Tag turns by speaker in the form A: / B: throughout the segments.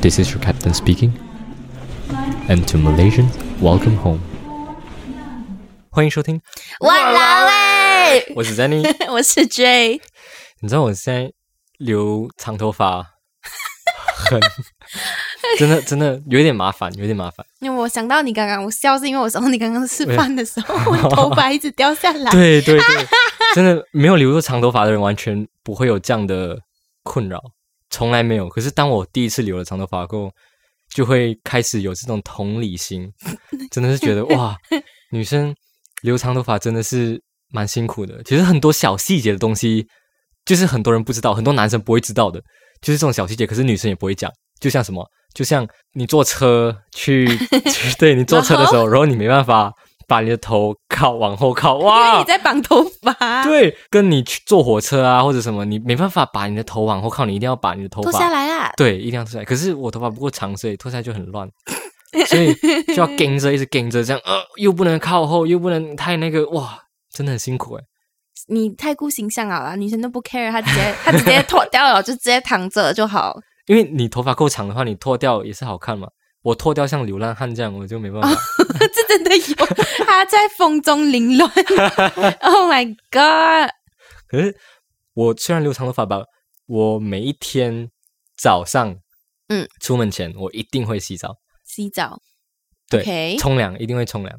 A: This is your captain speaking. And to Malaysians, welcome home. 欢迎收听，
B: 哇啦喂！
A: 欸 我是 Zenny。
B: 我是 J，
A: 你知道我现在留长头发，很真的真的有点麻烦，有点麻烦。
B: 因为我想到你刚刚，我笑是因为我想到你刚刚吃饭的时候， 我的头发一直掉下来。
A: 对对对，真的没有留过长头发的人完全不会有这样的困扰，从来没有。可是当我第一次留了长头发过后，就会开始有这种同理 心，真的是觉得哇，女生留长头发真的是蛮辛苦的。其实很多小细节的东西，就是很多人不知道，很多男生不会知道的，就是这种小细节，可是女生也不会讲。就像什么，就像你坐车去， 去对你坐车的时候，然后你没办法把你的头靠往后靠，
B: 因为
A: 哇
B: 你，在啊绑头发，
A: 啊对，跟你去坐火车啊或者什么，你没办法把你的头往后靠，你一定要把你的头
B: 脱
A: 发
B: 下来啊！
A: 对，一定要脱下来。可是我头发不够长，所以脱下来就很 乱，所以就要跟着，一直跟着，这样呃，又不能靠后，又不能太那个，哇，真的很辛苦哎。
B: 你太顾形象了啦，女生都不 care，她直 接她直接脱掉了，就直接躺着就好。
A: 因为你头发够长的话，你脱掉也是好看嘛。我脱掉像流浪汉这样，我就没办 法。
B: 这真的有，她在风中凌 乱。Oh my god！
A: 可是我虽然留长头发吧，我每一天早上，
B: 嗯，
A: 出门前我一定会洗澡，
B: 洗澡。
A: 对
B: OK
A: 冲凉一定会冲凉，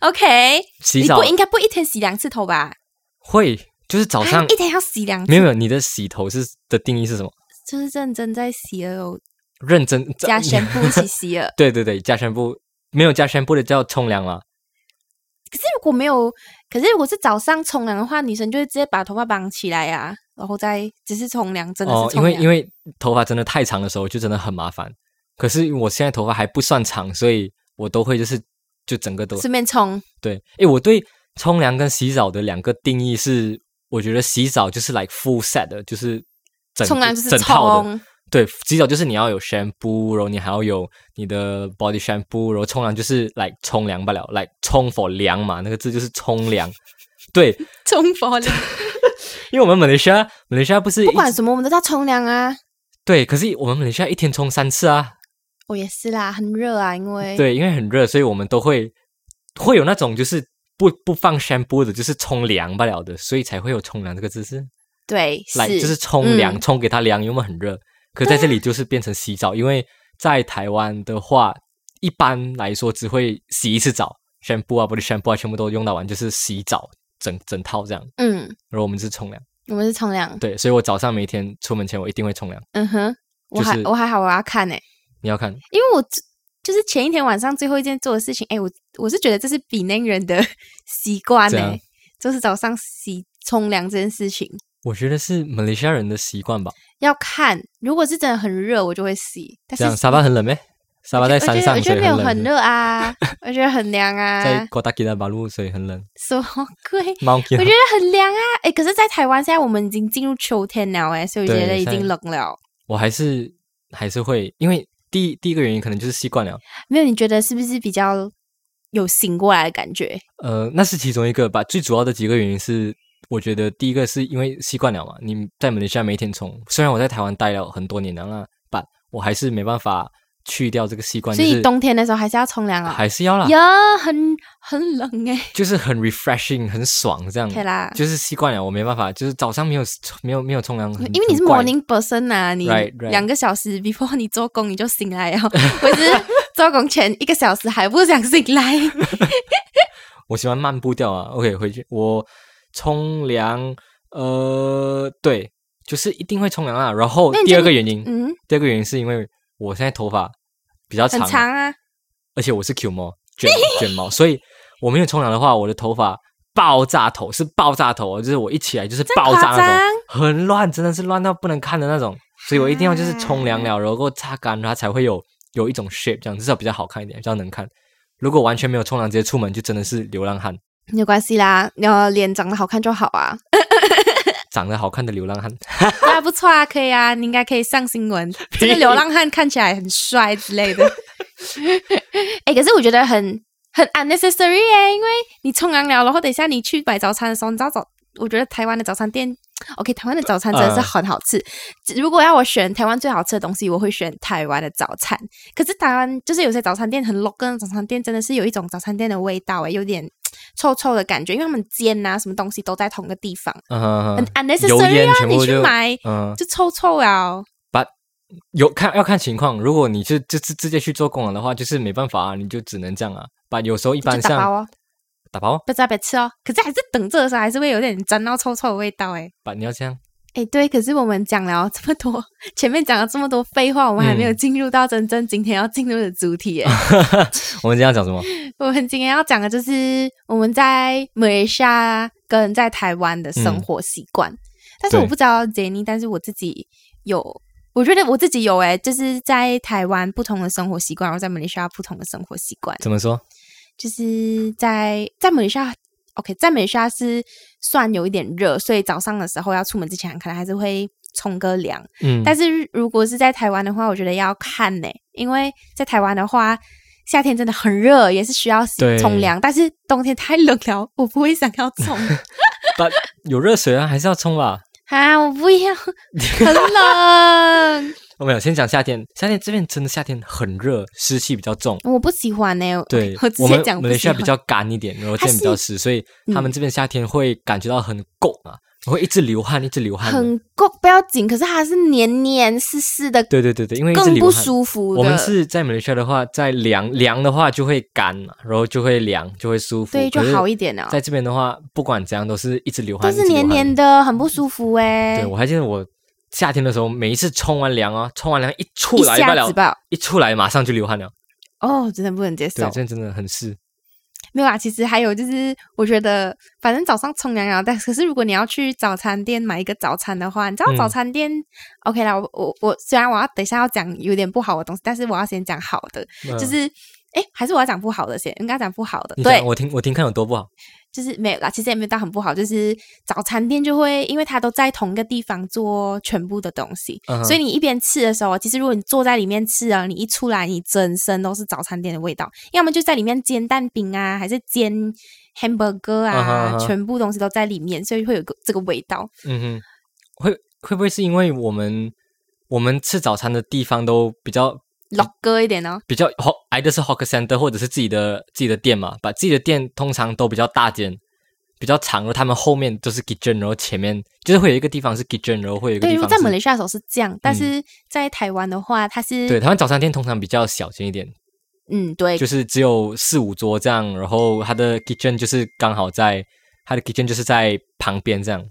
B: OK，
A: 洗
B: 你
A: 澡
B: 不应该不一天洗两次头吧？
A: 会就是早上
B: 啊一天要洗两次
A: 没，有没有，你的洗头是的定义是什么？
B: 就是认真在洗了哦，
A: 认真
B: 加宣布一起洗了。
A: 对对对，加宣布没有加宣布的叫冲凉吗？
B: 可是如果没有，可是如果是早上冲凉的话，女生就会直接把头发绑起来啊，然后再只是冲凉，真的
A: 哦因
B: 是，冲
A: 为
B: 凉。
A: 因为头发真的太长的时候就真的很麻烦。可是我现在头发还不算长，所以我都会就是就整个都
B: 顺便冲，
A: 对。诶，我对冲凉跟洗澡的两个定义是，我觉得洗澡就是 like full set 的，就是整
B: 冲凉就是
A: 整套的。
B: 冲，
A: 对，洗澡就是你要有 shampoo，然后你还要有你的 body shampoo，然后冲凉就是来冲凉罢了，来冲 for 凉嘛，那个字就是冲凉。 对，
B: 冲佛凉。
A: 因为我们马来西亚，马来西亚不是一
B: 不管什么，我们都在冲凉啊。
A: 对，可是我们马来西亚一天冲三次啊，
B: 我也是啦，很热啊，因为
A: 对，因为很热，所以我们都会会有那种就是不不放 shampoo 的，就是冲凉罢了的，所以才会有冲凉这个字是
B: 对
A: 来
B: 是
A: 就是冲凉，
B: 嗯
A: 冲给它凉，因为我们很热。可在这里就是变成洗澡，因为在台湾的话，一般来说只会洗一次澡，shampoo 啊、body shampoo 啊，全部都用到完，就是洗澡整整套这样。
B: 嗯，
A: 然后我们是冲凉，
B: 我们是冲凉。
A: 对，所以我早上每天出门前我一定会冲凉。
B: 嗯哼，我
A: 就是
B: 还我还好，我要看呢、
A: 你要看，
B: 因为我只就是前一天晚上最后一件做的事情，哎，我我是觉得这是比 内人的习惯
A: 怎
B: 呢、
A: 样
B: 就是早上洗冲凉这件事情。
A: 我觉得是马来西亚人的习惯吧。
B: 要看，如果是真的很热，我就会洗。但
A: 这样
B: 是
A: 沙巴很冷咩？沙巴在山上，
B: 我觉
A: 所
B: 得我觉
A: 以
B: 得没有
A: 冷。
B: 很热啊，我觉得很凉
A: 在
B: 啊，
A: 高达吉拉巴路，所以很冷。
B: 什么 鬼？
A: 猫吉
B: 我觉得很凉啊！哎，可是，在台湾现在我们已经进入秋天了，哎，所以我觉
A: 对
B: 得已
A: 现在
B: 经冷了。
A: 我还是还是会，因为第一第一个原因可能就是习惯了，
B: 没有，你觉得是不是比较有醒过来的感觉？
A: 呃，那是其中一个吧。最主要的几个原因是，我觉得第一个是因为习惯了嘛，你在马来西亚每天冲，虽然我在台湾待了很多年了啦，但我还是没办法去掉这个习惯，
B: 所以
A: 就
B: 你
A: 是
B: 冬天的时候还是要冲凉啊、
A: 还是要啦，
B: 呀，很很冷哎、
A: 就是很 refreshing，很爽这样。
B: 可以啦，
A: 就是习惯了，我没办法，就是早上没有没有没有冲凉，很
B: 因为你是
A: 很怪
B: morning person 啊，你
A: Right, right.
B: 两个小时 before 你做工你就醒来 哦，我是做工前一个小时还不想醒来。
A: 我喜欢慢步调啊。OK，回去我冲凉，呃，对，就是一定会冲凉啊。然后
B: 那你
A: 第
B: 这
A: 二个
B: 里
A: 原因，
B: 嗯，
A: 第二个原因是因为我现在头发比较
B: 很
A: 长，
B: 长啊，
A: 而且我是 Q 毛卷 卷毛，所以我没有冲凉的话，我的头发爆炸头是爆炸头哦，就是我一起来就是爆炸
B: 夸张
A: 那种，很乱，真的是乱到不能看的那种。所以我一定要就是冲
B: 啊
A: 凉了，然后给我擦干，它才会有有一种 shape，这样至少比较好看一点，比较能看。如果完全没有冲凉，直接出门就真的是流浪汉。
B: 没有关系啦，你要脸长得好看就好啊，
A: 长得好看的流 浪汉，
B: 对啊，不错啊，可以啊，你应该可以上新 闻，这个流浪汉看起来很帅之类的。 哎、可是我觉得很很 unnecessary 哎、因为你冲凉了，然后等一下你去买早餐的时候，你知道早，我觉得台湾的早餐店 OK，台湾的早餐真的是
A: 呃
B: 很好吃。如果要我选台湾最好吃的东西，我会选台湾的早餐。可是台湾就是有些早餐店很 local，的早餐店真的是有一种早餐店的味道、欸，有点臭臭的感觉，因为他们煎啊什么东西都在同个地方，
A: 嗯哼
B: 很
A: 哼，油
B: unnecessary
A: 烟
B: 啊！
A: 全
B: 你
A: 部
B: 去
A: 就
B: 买
A: 嗯，
B: 就臭臭啊。
A: 有看要看情况，如果你是就直直接去做工人的话，就是没办法啊，你就只能这样啊。把有时候一般
B: 就打
A: 像
B: 包哦，
A: 打包，
B: 不知道别吃哦。可是还是等这的时候，还是会有点沾到臭臭的味道哎。
A: 把你要这样，
B: 哎，对，可是我们讲了这么多，前面讲了这么多废话，我们还没有
A: 嗯
B: 进入到真正今天要进入的主题 哎。
A: 我们这样讲什么？
B: 我们今天要讲的就是我们在马来西亚跟在台湾的生活习惯，但是我
A: 对
B: 不知道 Jenny，但是我自己有，我觉得我自己有哎、就是在台湾不同的生活习惯，然后在马来西亚不同的生活习惯，
A: 怎么说？
B: 就是在在马来西亚。OK，在马来西亚是算有一点热，所以早上的时候要出门之前，可能还是会冲个凉。
A: 嗯，
B: 但是如果是在台湾的话，我觉得要看呢、因为在台湾的话，夏天真的很热，也是需要洗
A: 对
B: 冲凉，但是冬天太冷了，我不会想要 冲
A: 把有热水啊，还是要冲吧。
B: 啊，我不要，很冷，
A: 我没有，先讲夏天。夏天这边真的夏天很热，湿气比较重。
B: 我不喜欢呢、，
A: 对
B: 我直
A: 我
B: 接
A: 们
B: 讲
A: 马
B: 不
A: 来西
B: 喜
A: 亚
B: 欢
A: 比。较干一点，然后这边比较湿，所以
B: 嗯
A: 他们这边夏天会感觉到很够啊，会一直流汗，一直流汗的。
B: 很够不要紧，可是它是黏黏湿湿的，
A: 对对对对，因为一直
B: 更
A: 流
B: 不
A: 汗。
B: 舒服的。
A: 我们是在马来西亚的话，在凉凉的话就会干嘛，然后就会凉，就会舒服，
B: 对就
A: 可是
B: 好一点了、
A: 在这边的话，不管怎样都是一直流汗，
B: 都
A: 一
B: 是
A: 直流
B: 黏
A: 汗
B: 黏。的，很不舒服哎、
A: 对我还记得我夏天的时候，每一次冲完凉啊，冲完凉一出
B: 一
A: 来罢
B: 下
A: 了
B: 子，吧，
A: 一出来马上就流汗了。
B: 哦，真的不能接
A: 对
B: 受，。
A: 这真的很湿。
B: 没有啦，啊其实还有就是，我觉得反正早上冲凉了，啊但可是如果你要去早餐店买一个早餐的话，你知道
A: 嗯
B: 早餐店、OK 啦，我我我虽然我要等一下要讲有点不好的东西，但是我要先讲好的，
A: 嗯
B: 就是哎，还是我要讲不好的先，应该讲不好的，
A: 你
B: 对
A: 讲，我听我听看有多不好。
B: 就是没有啦，其实也没有到很不好，就是早餐店就会因为它都在同一个地方做全部的东西，
A: 嗯哼
B: 所以你一边吃的时候，其实如果你坐在里面吃啊，你一出来，你整身都是早餐店的味道，要么就在里面煎蛋饼啊，还是煎 hamburger 啊，
A: 啊哈啊哈
B: 全部东西都在里面，所以会有个这个味道。
A: 嗯哼，会会不会是因为我们我们吃早餐的地方都比较
B: 老哥一点哦，
A: 比较好，挨的是 hawker center 或者是自己的自己的店嘛，把自己的店通常都比较大间。比较长，然后他们后面都是 kitchen，然后前面就是会有一个地方是 kitchen，然后会有一个
B: 对，
A: 地
B: 如果
A: 方
B: 在马
A: 是
B: 来西亚的时候是这样，但是在台湾的话，它是
A: 对，他们早餐店通常比较小间一点，
B: 嗯对，
A: 就是只有四五桌这样，然后他
B: 嗯
A: 的 kitchen 就是刚好在他的 kitchen 就是在旁边这样。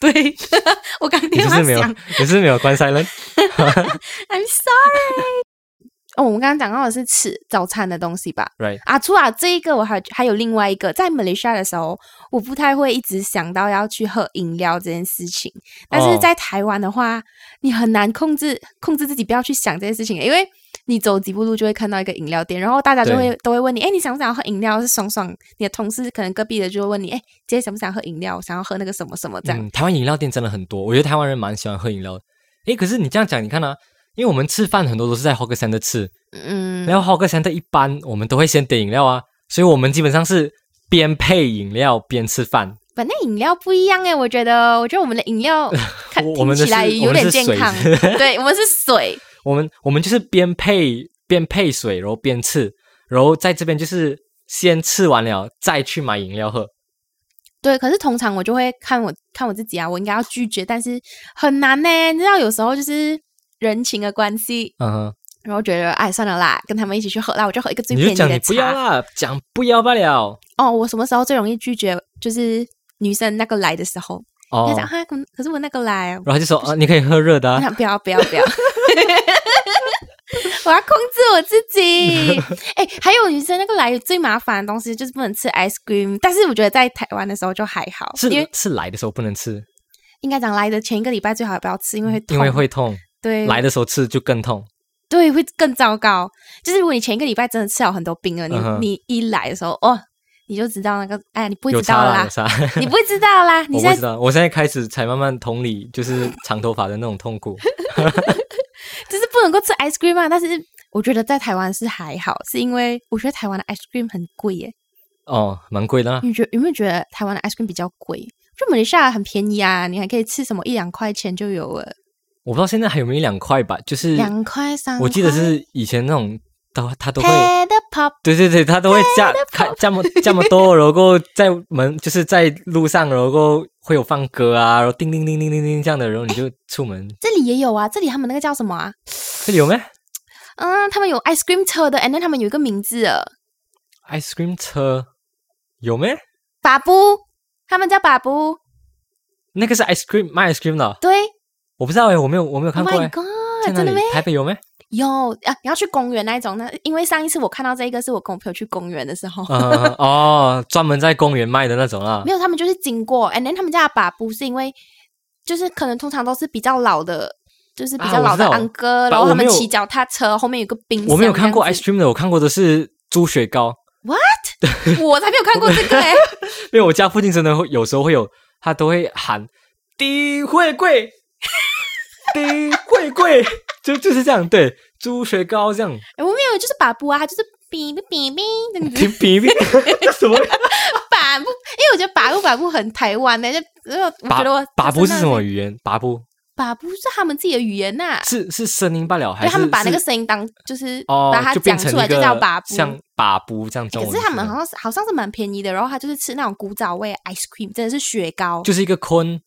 B: 对， 我刚
A: 你是
B: 刚
A: 不是
B: 要
A: 没有，
B: 讲
A: 你是不是没有关 silent？
B: I'm sorry 。哦，我们刚刚讲到的是吃早餐的东西吧？
A: Right
B: 啊，除了这一个，我还还有另外一个，在马来西亚的时候，我不太会一直想到要去喝饮料这件事情。但是
A: 哦
B: 在台湾的话，你很难控制控制自己不要去想这件事情，因为你走几步路就会看到一个饮料店，然后大家就会都会问你，哎，你想不想要喝饮料？是爽爽，你的同事可能隔壁的就会问你，哎，今天想不想喝饮料？我想要喝那个什么什么这样。
A: 嗯，台湾饮料店真的很多，我觉得台湾人蛮喜欢喝饮料的。诶，可是你这样讲，你看啊，因为我们吃饭很多都是在 hawker center 吃，
B: 嗯，
A: 然后 hawker center 一般我们都会先点饮料啊，所以我们基本上是边配饮料边吃饭。
B: 反正饮料不一样哎，我觉得，我觉得我们的 饮料看
A: 我我
B: 听
A: 们的
B: 起来
A: 是
B: 有
A: 我们
B: 点
A: 是
B: 健
A: 水
B: 康， 对我们是水，
A: 我们我们就是边配边配水，然后边吃，然后在这边就是先吃完了再去买饮料喝。
B: 对。可是通常我就会看我看我自己啊，我应该要拒绝，但是很难呢。你知道，有时候就是人情的关系，
A: 嗯哼，
B: 然后觉得哎算了啦，跟他们一起去喝啦，我就喝一个最
A: 你就
B: 便宜
A: 讲你
B: 的
A: 不要
B: 茶。
A: 啦，讲不要罢了。
B: 哦，我什么时候最容易拒绝？就是女生那个来的时候，
A: 哦
B: 她，讲哈，可可是我那个来啊，
A: 然后他就说啊，你可以喝热的、
B: 我
A: 啊。
B: 想不要不要 不要，我要控制我自 己。哎、还有女生那个来最麻烦的东西就是不能吃 ice cream，但是我觉得在台湾的时候就还好，
A: 是
B: 因为
A: 是来的时候不能吃，
B: 应该讲来的前一个礼拜最好不要吃，因为会痛，
A: 嗯因为会痛。
B: 对
A: 来的时候吃就更痛。
B: 对会更糟糕。就是如果你前一个礼拜真的吃了很多冰了，你、
A: 嗯哼
B: 你一来的时候哦。你就知道那个，哎，你不会
A: 有
B: 知道
A: 差
B: 了
A: 啦，有
B: 啦，
A: 差。
B: 你不会知道啦，你
A: 我
B: 现
A: 不
B: 在
A: 知道，我现在开始才慢慢同理，就是长头发的那种痛苦。
B: 就是不能够吃 ice cream 啊。但是我觉得在台湾是还好，是因为我觉得台湾的 ice cream 很贵耶，
A: 哦，蛮贵的啦。
B: 嗯你觉有没有觉得台湾的 ice cream 比较贵？就马来西亚很便宜啊，你还可以吃什么一两块钱就有了，
A: 我不知道现在还有没有一两块吧，就是
B: 两块三块。
A: 我记得是以前那种，都他都会，
B: Pay the pop，
A: 对对对，他都会加开这么这么多，然后在门就是在路上，然后会有放歌啊，然后叮叮叮叮叮叮这样的，然后你就出门，
B: 这里也有啊，这里他们那个叫什么啊？
A: 这里有没
B: 嗯，他们有 ice cream 车的，and then 他们有一个名字了，
A: ？ice cream 车有没？
B: 巴布，他们叫巴布，
A: 那个是 ice cream 卖 ice cream 的，哦
B: 对
A: 我不知道哎，我没有我没有看
B: ，Oh
A: 过
B: my
A: 哎，在
B: god，
A: 哪
B: 真
A: 里
B: 的咩？？
A: 台北有没？
B: 有啊，你要去公园那一种，那因为上一次我看到这一个是我跟我朋友去公园的时候，
A: 嗯哦， 专门在公园卖的那种啦
B: 没。有，他们就是经过，and then 他们家的把布是因为就是可能通常都是比较老的，就是比
A: 啊
B: 较
A: 我
B: 老
A: 知
B: 的
A: 道
B: 安哥，
A: 把
B: 然后
A: 我
B: 他
A: 没
B: 们
A: 有
B: 骑脚踏车，后面有个冰箱这样子。
A: 我没有看过 ice cream 的，我看过的是猪血糕，
B: 我才没有看过这个哎、
A: 因为我家附近真的会有时候会有，他都会喊“低会贵， 低会贵”，就就是这样，对，猪血糕这 样，
B: 我没有，就是把布啊，它就是哔哔哔哔这样
A: 比
B: 子
A: 比 比，这什么？
B: 把布，因为我觉得把布把布很台湾的、就就我觉
A: 拔
B: 得我
A: 拔
B: 不
A: 不是什么？语言？拔不
B: 把布是他们自己的语言呐、
A: 是是声音罢了，还
B: 对
A: 是
B: 他们把那个
A: 是
B: 声音当就是
A: 哦
B: 把它
A: 就变
B: 讲
A: 成
B: 出来
A: 一个
B: 就叫把布。
A: 像把布这样中
B: 可
A: 文
B: 是
A: 是吗。
B: 他们好像是好像是蛮便宜的，然后它就是吃那种古早味 ice cream，真的是雪糕，
A: 就是一个坤，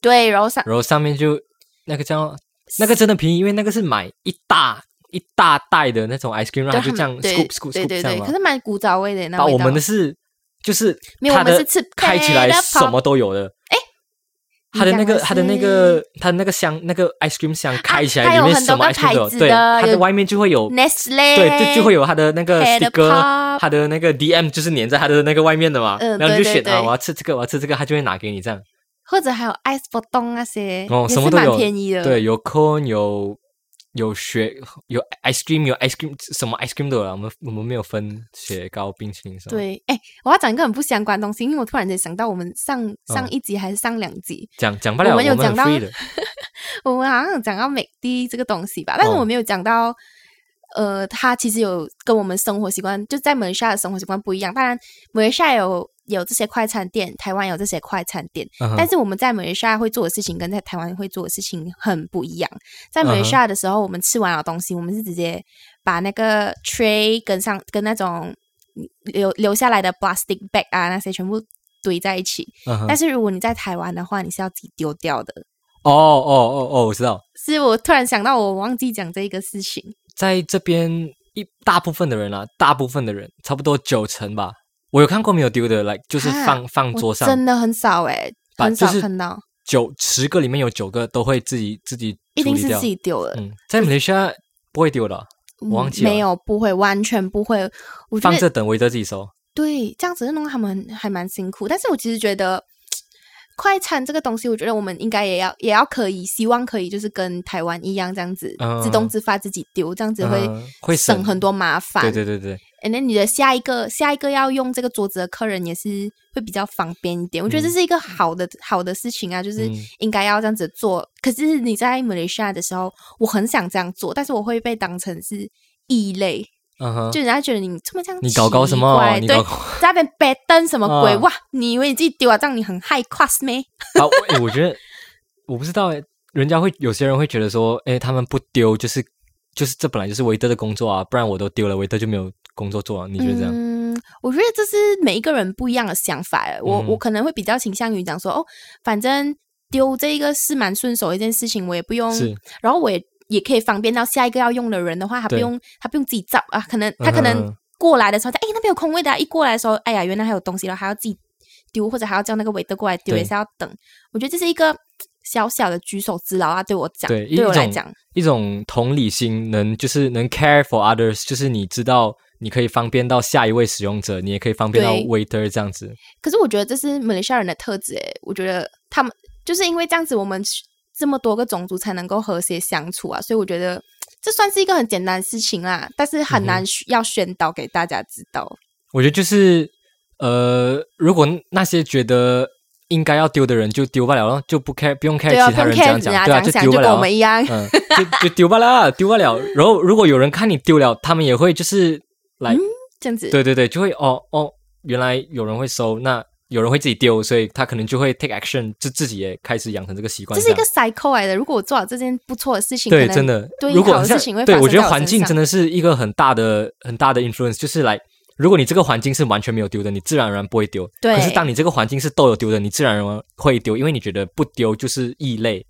B: 对，然后上
A: 然后上面就那个叫那个真的便宜，因为那个是买一大一大袋的那种 ice cream，然后
B: 对
A: 它就这样
B: 他们
A: scoop scoop
B: 对
A: scoop
B: 对
A: 这
B: 对
A: 样
B: 对，
A: 嘛
B: 可是蛮古早味的那
A: 把
B: 味
A: 我
B: 道
A: 们的是就是
B: 没有
A: 它
B: 我们
A: 的
B: 是吃
A: 开起来
B: potato
A: 什么都有的。哎，它的那
B: 你
A: 个
B: 讲的
A: 它的那
B: 是啊
A: 个它的那个箱那个 ice cream 箱开起
B: 它
A: 来
B: 有
A: 里面
B: 很
A: 什
B: 多
A: 么
B: 个
A: ice cream 都
B: 牌子
A: 有，对，
B: 的
A: 它的
B: 有
A: 外面就会有。
B: Nestle，
A: 对，就就会有它的那个
B: Potato
A: sticker，
B: Pop
A: 它的那个 DM 就是粘在它的那个外面的嘛，
B: 嗯
A: 然后你就
B: 对对
A: 选啊，
B: 对
A: 我要吃这个，我要吃这个，它就会拿给你这样。
B: 或者还有 ice 波冻那些，
A: 哦
B: 也
A: 什么
B: 是
A: 都有
B: 蛮便宜的，
A: 对，有 cone，有有雪，有 ice cream，有 ice cream，什么 ice cream 都有啦。我们我们没有分雪糕、冰淇淋什么。，
B: 对。哎，我要讲一个很不相关的东西，因为我突然间想到我们上上一集还是上两集，
A: 讲讲不了，
B: 我
A: 我
B: 们有
A: 很
B: 讲到
A: free 的。
B: 我们好像有讲到美的这个东西吧，但是
A: 哦
B: 我没有讲到。呃，它其实有跟我们生活习惯，就在马来西亚的生活习惯不一样。当然，马来西亚有有这些快餐店，台湾有这些快餐店，
A: 嗯哼
B: 但是我们在马来西亚会做的事情跟在台湾会做的事情很不一样。在马来
A: 嗯
B: 西亚的时候，我们吃完了东西，我们是直接把那个 tray 跟上跟那种留留下来的 plastic bag 啊那些全部堆在一起。
A: 嗯哼
B: 但是如果你在台湾的话，你是要自己丢掉的。
A: 哦哦哦哦，我知道，
B: 是我突然想到，我忘记讲这一个事情。
A: 在这边一大部分的人啊，大部分的人差不多九成吧，我有看过没有丢的，like 就是
B: 啊
A: 放放桌
B: 我
A: 上，
B: 真的很少哎、
A: 把
B: 很少
A: 就是
B: 看到，
A: 九十个里面有九个都会自己自己
B: 一
A: 处
B: 定
A: 理
B: 是
A: 掉
B: 自。己丢了。
A: 嗯，在马来西亚不会丢的啊，我忘记了
B: 没有，不会，完全不会。我觉
A: 放
B: 得
A: 着等维德自己收。
B: 对，这样子弄他们还蛮辛苦。但是我其实觉得，快餐这个东西，我觉得我们应该也要也要可以，希望可以就是跟台湾一样这样子、自动
A: 嗯
B: 自发自己丢，这样子会、
A: 嗯会
B: 省
A: 省
B: 很多麻烦。
A: 对对对对，
B: And then 你的下一个下一个要用这个桌子的客人也是会比较方便一点，我觉得这
A: 嗯
B: 是一个好的、好的事情啊，就是
A: 嗯
B: 应该要这样子做。可是你在马来西亚的时候，我很想这样做，但是我会被当成是异类，
A: 嗯哼，
B: 就人家觉得你这么这样
A: 你搞搞什么哦
B: 奇怪
A: 你
B: 对
A: 搞搞，
B: 在那边摆灯什么鬼、
A: 啊
B: 哇？你以为你自己丢啊？这样你很 high class 咩？
A: 啊，我、诶我觉得我不知道诶，人家会有些人会觉得说，诶，他们不丢就是就是这本来就是维德的工作啊，不然我都丢了，维德就没有工作做啊。你觉得这样？
B: 嗯，我觉得这是每一个人不一样的想法欸。我、
A: 嗯
B: 我可能会比较倾向于讲说，哦，反正丢这一个是蛮顺手的一件事情，我也不用，
A: 是
B: 然后我也也可以方便到下一个要用的人的话，他不
A: 对
B: 用他不用自己找啊，可能他可
A: 嗯
B: 能
A: 哼
B: 过来的时候，哎、那边有空位的、啊，一过来的时候，哎呀，原来还有东西了，还要自己丢，或者还要叫那个韦德过来丢，
A: 对
B: 也是要等。我觉得这是一个小小的举手之劳啊，对我讲，
A: 对
B: 对
A: 一
B: 我来
A: 种
B: 讲，
A: 一种同理心能就是能 care for others，就是你知道你可以方便到下一位使用者，你也可以方便到
B: 对
A: waiter 这样子。
B: 可是我觉得这是马来西亚人的特质诶，我觉得他们就是因为这样子，我们这么多个种族才能够和谐相处啊，所以我觉得这算是一个很简单的事情啦，但是很难要宣导给大家知道。
A: 我觉得就是呃，如果那些觉得应该要丢的人就丢罢了咯，就不 care 不用 care
B: 对啊，
A: 其他
B: 不
A: 人
B: 用
A: 这样讲，
B: care 人家
A: 对啊，
B: 怎样
A: 丢罢
B: 想，就跟
A: 了
B: 我
A: 哦。
B: 们一样。
A: 嗯，就就丢罢了，丢罢了。然后如果有人看你丢了，他们也会就是来，
B: 嗯这样子，
A: 对对对，就会哦哦，原来有人会收，那有人会自己丢，所以他可能就会 take action，就自己也开始养成这个习惯。
B: 这是一个 cycle 来的。如果我做好这件不错的事情，
A: 对，
B: 可能
A: 真的，
B: 对
A: 如
B: 应好
A: 果
B: 的
A: 像
B: 事情会发
A: 对
B: 生
A: 我觉
B: 在
A: 得
B: 我
A: 环
B: 身
A: 境
B: 上
A: 真的是一个很大的很大的 influence，就是来，如果你这个环境是完全没有丢的，你自然而然不会丢。
B: 对
A: 可是当你这个环境是都有丢的，你自然而然会丢，因为你觉得不丢就是异类。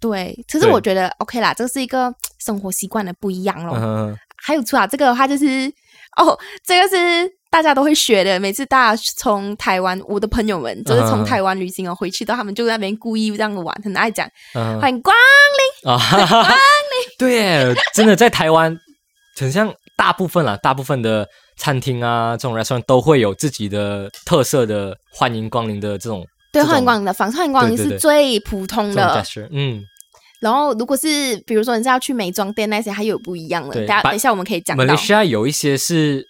B: 对。其实
A: 对
B: 我觉得 OK 啦，这是一个生活习惯的不一样咯。
A: 嗯，
B: 还有除啊了这个的话，就是哦，这个是大家都会学的。每次大家从台湾，我的朋友们就是
A: 嗯嗯
B: 从
A: 嗯
B: 台湾旅行哦回去到他们就在那边故意这样玩，很爱讲
A: 嗯
B: 欢迎光。哦
A: 啊，哈哈 哈对耶，真的在台湾，很像大部分啦，大部分的餐厅啊，这种 restaurant 都会有自己的特色的欢迎光临的这种这
B: 对，
A: 种
B: 欢迎光临的方式，欢迎光临
A: 对对
B: 是
A: 对
B: 最普通
A: 这种
B: 的。
A: gesture。嗯，
B: 然后，如果是比如说你是要去美妆店那些，还有不一样的。
A: 对
B: 等下
A: but-
B: 等一下我们可以讲
A: 马
B: 到
A: 来。西亚有一些是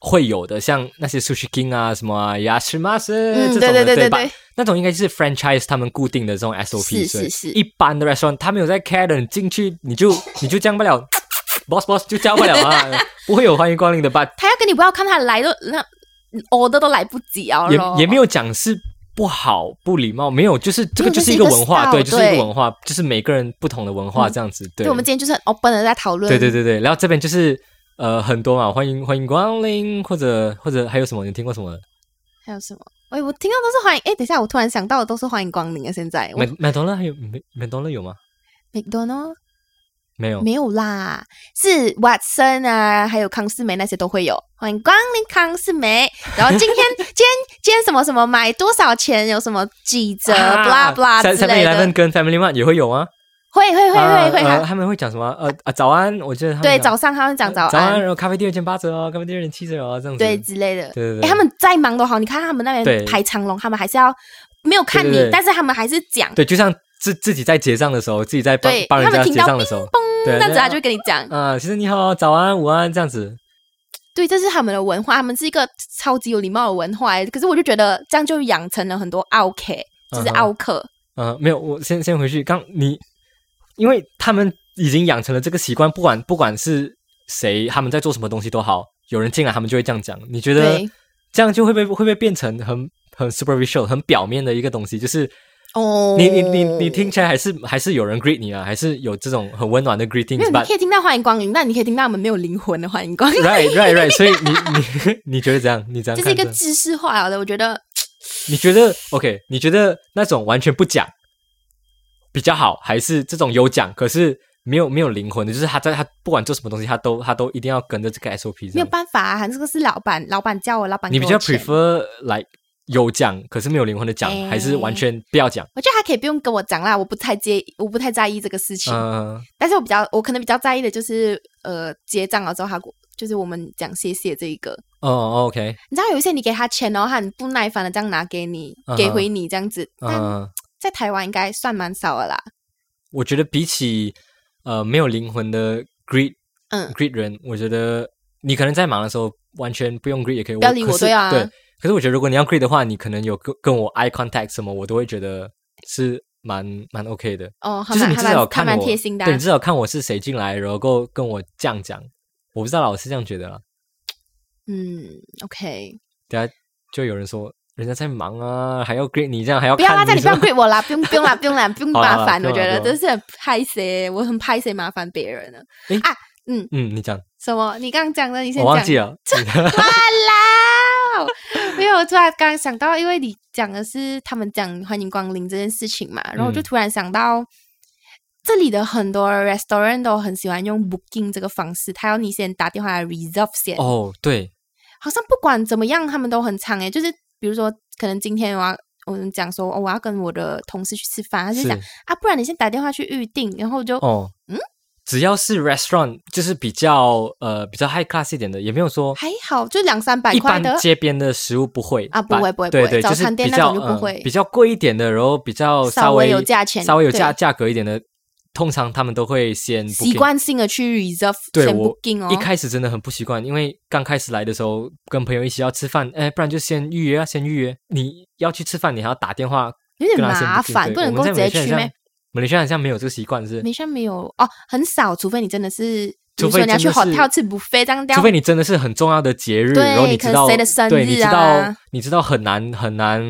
A: 会有的，像那些 sushi king 啊，什么啊 yashimasu 这
B: 嗯，
A: 种的，
B: 对对对
A: 对
B: 对
A: 吧
B: 对，
A: 那种应该是 franchise 他们固定的这种 SOP，
B: 是
A: 所以
B: 是是
A: 一般的 restaurant 他们有在 care 的，你进去你就你就降不了 ，boss boss 就降不了啊， 不会有欢迎光临的吧？
B: 他要跟你不要看他来都那 order 都来不及啊，
A: 也
B: 咯
A: 也没有讲是不好不礼貌，没有，就是这个
B: 嗯
A: 就
B: 这
A: 是
B: 是
A: 一
B: 一
A: 个
B: 个
A: 文化，
B: style，
A: 对，就是一
B: 对
A: 个文化，就是每个人不同的文化这样子，对
B: 对，我们今天就是很 open 的在讨论。
A: 对对对对，然后这边就是呃很多嘛，欢迎欢迎光临，或者或者还有什么你听过什么
B: 还有什么？哎，我听到都是欢迎。哎，等一下，我突然想到的都是欢迎光临啊！现在我
A: 麦麦当劳还有麦麦当劳有吗？
B: McDonald
A: 没有，
B: 没有啦，是 Watson 啊，还有康世美那些都会有。欢迎光临康世美。然后今天今天今天什么什么买多少钱，有什么几折
A: 啊
B: ，blah blah
A: 三
B: 之
A: 三杯
B: 类
A: 来
B: 的
A: 份。跟 Family Mart 也会有吗？
B: 会会会
A: 啊
B: 会会
A: 呃
B: 哈，
A: 他们会讲什么？呃啊早安，我觉得他们
B: 对，
A: 讲
B: 早上他们讲早
A: 早安，
B: 安，
A: 然后咖啡店有减八折哦，咖啡店有点七折哦，这样子。
B: 对之类的。
A: 对对
B: 哎，
A: 对，
B: 他们再忙都好，你看他们那
A: 对
B: 边排长龙，他们还是要没有看
A: 对对
B: 你
A: 对，
B: 但是他们还是讲，
A: 对，就像自自己在结账的时候，自己在帮
B: 对
A: 帮人
B: 他
A: 家
B: 们
A: 结
B: 听到
A: 账的时候，对，
B: 这样子他
A: 那
B: 就会跟你讲。
A: 啊，先生你好，早安、午安这样子。
B: 对，这是他们的文化，他们是一个超级有礼貌的文化欸。可是我就觉得这样就养成了很多奥 K，就是
A: 嗯哼
B: 奥克。
A: 嗯，没有，我先先回去。刚你，因为他们已经养成了这个习惯，不管不管是谁，他们在做什么东西都好，有人进来他们就会这样讲。你觉得
B: 对，
A: 这样就会被会不会变成很很 superficial、很表面的一个东西？就是
B: 哦，
A: 你你你你听起来还是还是有人 greet 你啊，还是有这种很温暖的
B: 没
A: greetings，
B: 有？你
A: but
B: 可以听到欢迎光临，但你可以听到他们没有灵魂的 欢迎光临，
A: right right right，所以你 你你觉得怎样？你怎样
B: 这
A: 看？
B: 是一个知识化了的。我觉得
A: 你觉得 OK？你觉得那种完全不讲比较好，还是这种有讲可是没有没有灵魂的？就是他在他不管做什么东西，他都他都一定要跟着这个 SOP 这
B: 没有
A: 样。
B: 办法啊，这个是老板，老板叫我，老板
A: 你
B: 给
A: 比较
B: 我钱
A: prefer 来有讲可是没有灵魂的讲，
B: 哎
A: 还是完全不要讲？
B: 我觉得他可以不用跟我讲啦，我不太介意，我不太在意这个事情。
A: 嗯、
B: 但是我比较，我可能比较在意的就是，呃，结账了之后他给我就是我们讲谢谢这一个。
A: 哦，OK，
B: 你知道有一些你给他钱，然后他很不耐烦的这样拿给你
A: 嗯哼，
B: 给回你这样子。
A: 嗯、
B: 但在台湾应该算蛮少的啦。
A: 我觉得比起呃没有灵魂的 greet
B: 嗯
A: greet 人，我觉得你可能在忙的时候完全不用 greet 也可以。
B: 不要理我
A: 可是
B: 对啊
A: 对，可是我觉得如果你要 greet 的话，你可能有跟跟我 eye contact 什么，我都会觉得是蛮蛮 OK 的。
B: 哦，还
A: 就是你
B: 蛮
A: 至
B: 还
A: 少
B: 蛮还
A: 看
B: 蛮
A: 我
B: 贴心的啊、
A: 对，你至少看我是谁进来，然后跟我这样讲。我不知道啦，我是这样觉得啦。
B: 嗯，OK，
A: 等下就有人说人家在忙啊，还要 greet 你这样，还要
B: 不要啦，
A: 看
B: 这样你不要
A: 什么
B: greet 我啦，不用不用啦，不用啦，不用
A: 好啦好啦
B: 麻烦，
A: 不
B: 我
A: 用啦
B: 觉得
A: 不用
B: 真是很拍谁，我很拍谁麻烦别人了。
A: 诶
B: 啊，
A: 嗯，你讲，
B: 什么？你刚刚讲的，你先
A: 我
B: 讲。
A: 忘记了。
B: 哇啦！没有，我突然刚刚想到，因为你讲的是他们讲欢迎光临这件事情嘛，然后我就
A: 嗯
B: 突然想到，这里的很多 restaurant 都很喜欢用 booking 这个方式，他要你先打电话来 reserve 先，
A: 哦，对，
B: 好像不管怎么样，他们都很长诶，欸就是比如说，可能今天我要。我们讲说、哦我要跟我的同事去吃饭，他就是讲啊，不然你先打电话去预定，然后就、
A: 哦，
B: 嗯，
A: 只要是 restaurant，就是比较呃比较 high class 一点的，也没有说
B: 还好，就两三百
A: 一
B: 块的
A: 般，街边的食物不会
B: 啊不会
A: but-
B: 不会
A: 对
B: 不会
A: 对，就
B: 早
A: 是
B: 餐店
A: 比
B: 那
A: 较
B: 种就不会
A: 嗯比较贵一点的，然后比较
B: 稍微
A: 微
B: 有价钱
A: 稍微有
B: 对
A: 价价格一点的，通常他们都会先 booking
B: 习。惯性的去 reserve
A: 对
B: 先
A: 我
B: booking 哦，
A: 一开始真的很不习惯，因为刚开始来的时候跟朋友一起要吃饭，哎，不然就先预约啊，先预约。你要去吃饭，你还要打电话
B: 有
A: 跟
B: 点
A: 他先
B: 麻
A: booking，
B: 烦，
A: 对
B: 不能
A: 我们
B: 够
A: 在
B: 直接去
A: 马来西亚好
B: 咩
A: 像？马来西亚好像没有这个习惯是，
B: 没事没有哦，很少，除非你真的是比如说你要去
A: 呃除非真的是
B: hotel 吃 buffet 这样掉
A: 除，非你真的是很重要的节日，
B: 对
A: 然后你
B: 可
A: 知
B: 能
A: 道
B: 谁的生
A: 对，你
B: 日
A: 知
B: 啊
A: 道你知道很难很难，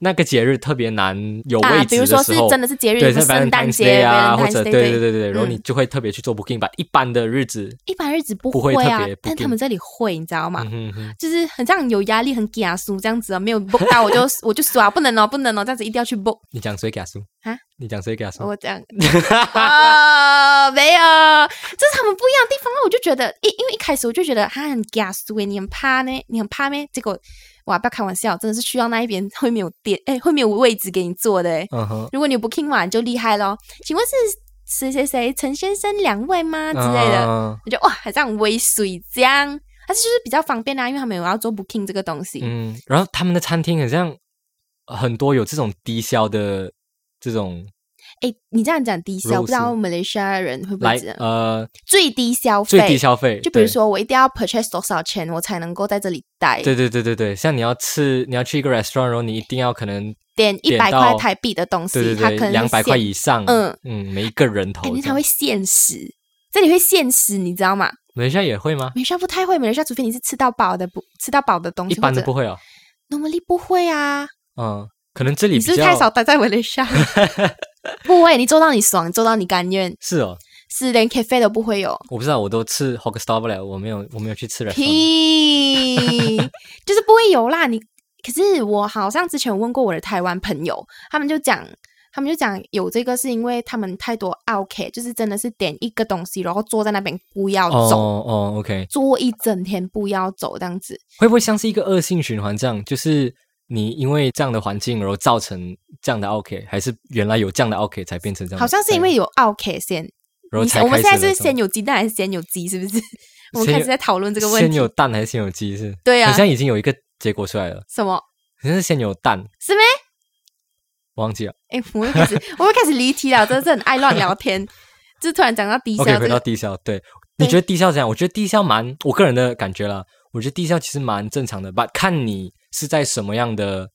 A: 那个节日特别难有位
B: 啊，比
A: 置
B: 如
A: 的时
B: 说
A: 候，
B: 是真的是节日，
A: 对，
B: 比如
A: 在
B: 说圣诞
A: Valentine's
B: 节
A: Day 啊，或
B: Valentine's
A: 者
B: Day，
A: 对对对对，然后
B: 嗯
A: 你就会特别去做 booking 吧。一般的日子，
B: 一般日子不
A: 不会特
B: 啊
A: 别，
B: 但
A: booking
B: 他们这里会，你知道吗？
A: 嗯哼哼，
B: 就是很像有压力，很假输这样子哦，没有 book 到我就 我就说啊，不能哦，不能哦，这样子一定要去 book。
A: 你讲谁给他输
B: 啊？
A: 你讲谁给他输？
B: 我 这样啊、没有，这是他们不一样的地方啊。我就觉得，一因为一开始我就觉得他很假输诶，你很怕呢，你很怕咩？结果哇，不要开玩笑，真的是去到那一边会没有点，哎，会没有位置给你坐的诶。
A: 嗯哼，
B: 如果你有 booking 嘛，你就厉害咯。请问是谁谁谁陈先生两位吗之类的？
A: 的，
B: 我觉得哇，还这样微水这样，但是就是比较方便啊啦、因为他们有要做 booking 这个东西。
A: 嗯，然后他们的餐厅很像很多有这种低消的这种
B: 哎、你这样讲低消，
A: Rose
B: 不知道马来西亚人会不
A: 来
B: 会知道
A: 呃
B: 最低消费？
A: 最低消费，
B: 就比如
A: 对
B: 说我一定要 purchase 多少钱，我才能够在这里待？
A: 对对对对对，像你要吃你要去一个 restaurant，然后你一定要可能
B: 点一百
A: 点到
B: 块台币的东西，
A: 对对
B: 它可
A: 对
B: 能
A: 两百块
B: 限，
A: 以上，
B: 嗯
A: 嗯，每一个人头
B: 感
A: 这
B: 觉
A: 样，
B: 它会限时。这里会限时，你知道吗？
A: 马来西亚也会吗？
B: 美莎不太会，美莎除非你是吃到饱的嗯不吃到饱的东西，
A: 一般的
B: 或者
A: 不会哦，
B: normally 不会啊。
A: 嗯，可能这里
B: 你
A: 比
B: 是不是
A: 较
B: 太少待在维雷莎？ 不会，你做到你爽，做到你甘愿，
A: 是哦，
B: 是连 cafe 都不会有。
A: 我不知道，我都吃 hot star 不了，我没有，我没有去吃 restaurant。
B: 屁，就是不会有啦。你可是我好像之前有问过我的台湾朋友，他们就讲，他们就讲有这个是因为他们太多 OK，就是真的是点一个东西，然后坐在那边不要
A: 哦
B: 走，
A: 哦，OK，
B: 坐一整天不要走这样子。
A: 会不会像是一个恶性循环这样？就是你因为这样的环境，然后造成这样的 OK，还是原来有这样的 OK 才变成这样的？
B: 好像是因为有 OK 先，
A: 嗯然后
B: 你
A: 才
B: 我们
A: 开
B: 现在
A: 始的
B: 是
A: 这
B: 先
A: 种
B: 有鸡蛋还是先有鸡？是不是？ 我们
A: 先
B: 开
A: 有
B: 始在讨论这个问
A: 先
B: 题
A: 有。蛋还是先有鸡是？
B: 对啊
A: 好，像已经有一个结果出来了，
B: 什么？
A: 好像是先有蛋，
B: 是咩？
A: 我忘记了。
B: 哎、我又开始， 我又开始离题了，我真的是很爱乱聊天。就突然讲到低消
A: OK，
B: 这
A: 回到
B: 个，
A: 低消，对，你觉得低消怎样？我觉得低消蛮，我个人的感觉啦，我觉得低消其实蛮正常的吧，看你是在什么样的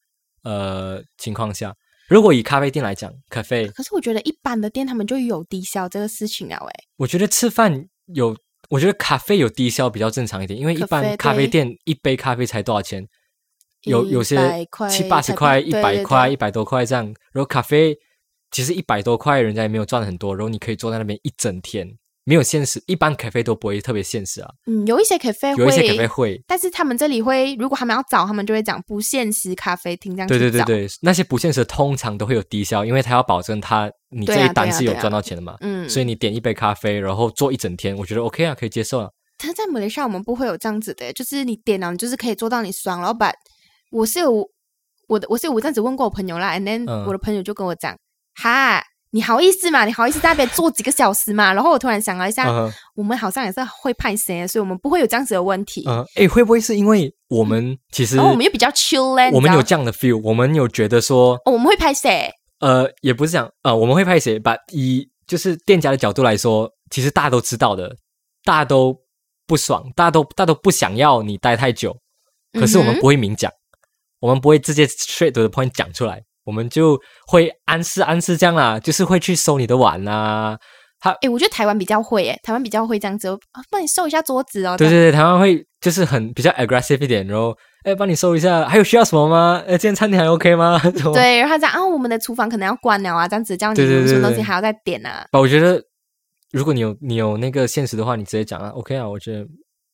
A: 呃情况下。如果以咖啡店来讲，咖啡，
B: 可是我觉得一般的店他们就有低消这个事情了、哎，
A: 我觉得吃饭有，我觉得咖啡有低消比较正常一点，因为一
B: 咖
A: 般
B: 啡
A: 咖啡
B: 对
A: 店一杯咖啡才多少钱？有有些
B: 100块
A: 七八十
B: 台币
A: 块、一
B: 对对
A: 百
B: 对
A: 块、一百多块这样，然后咖啡其实一百多块，人家也没有赚很多，然后你可以坐在那边一整天，没有限时，一般咖啡都不会特别限时啊。
B: 嗯，有一些 cafe
A: 有一些咖啡
B: 会，
A: 会，
B: 但是他们这里会，如果他们要找，他们就会讲不限时咖啡厅这样
A: 对对
B: 去
A: 对
B: 找。
A: 对，那些不现实的通常都会有低消，因为他要保证他你
B: 对
A: 这一
B: 啊对
A: 单
B: 啊
A: 是有
B: 对啊
A: 赚到钱的嘛，
B: 嗯，
A: 所以你点一杯咖啡，然后坐一整天，我觉得 OK 啊，可以接受啊。
B: 他在马来西亚我们不会有这样子的，欸就是你点了，你就是可以做到你爽。然后把我是有我的，我是有我这样子问过我朋友啦，and then、
A: 嗯
B: 我的朋友就跟我讲，哈，你好意思嘛，你好意思在那边坐几个小时嘛？然后我突然想了一下，
A: 嗯
B: 我们好像也是会判谁的，所以我们不会有这样子的问题。
A: 嗯，哎、会不会是因为我们其实
B: 然后嗯哦我们又比较 chill 嘞，你
A: 我们
B: 知道
A: 有这样的 feel，我们有觉得说
B: 哦，我们会拍谁？
A: 呃，也不是讲呃，我们会拍谁，把以就是店家的角度来说，其实大家都知道的，大家都不爽，大家都大家都不想要你待太久，可是我
B: 嗯
A: 们
B: 哼
A: 不会明讲，我们不会直接 straight to the point 讲出来，我们就会暗示暗示这样啦，就是会去收你的碗啊啦、
B: 诶，我觉得台湾比较会，诶，台湾比较会这样子，啊帮你收一下桌子哦。
A: 对
B: 这样，
A: 对对，台湾会就是很比较 aggressive 一点，然后哎帮你收一下，还有需要什么吗？哎，今天餐厅还 OK 吗？ 什么
B: 对，然后他讲啊，我们的厨房可能要关了啊，这样子，这样你
A: 对对
B: 有什么
A: 对
B: 东西
A: 对
B: 还要再点啊？
A: 吧，我觉得如果你有你有那个现实的话，你直接讲啊，OK 啊，我觉得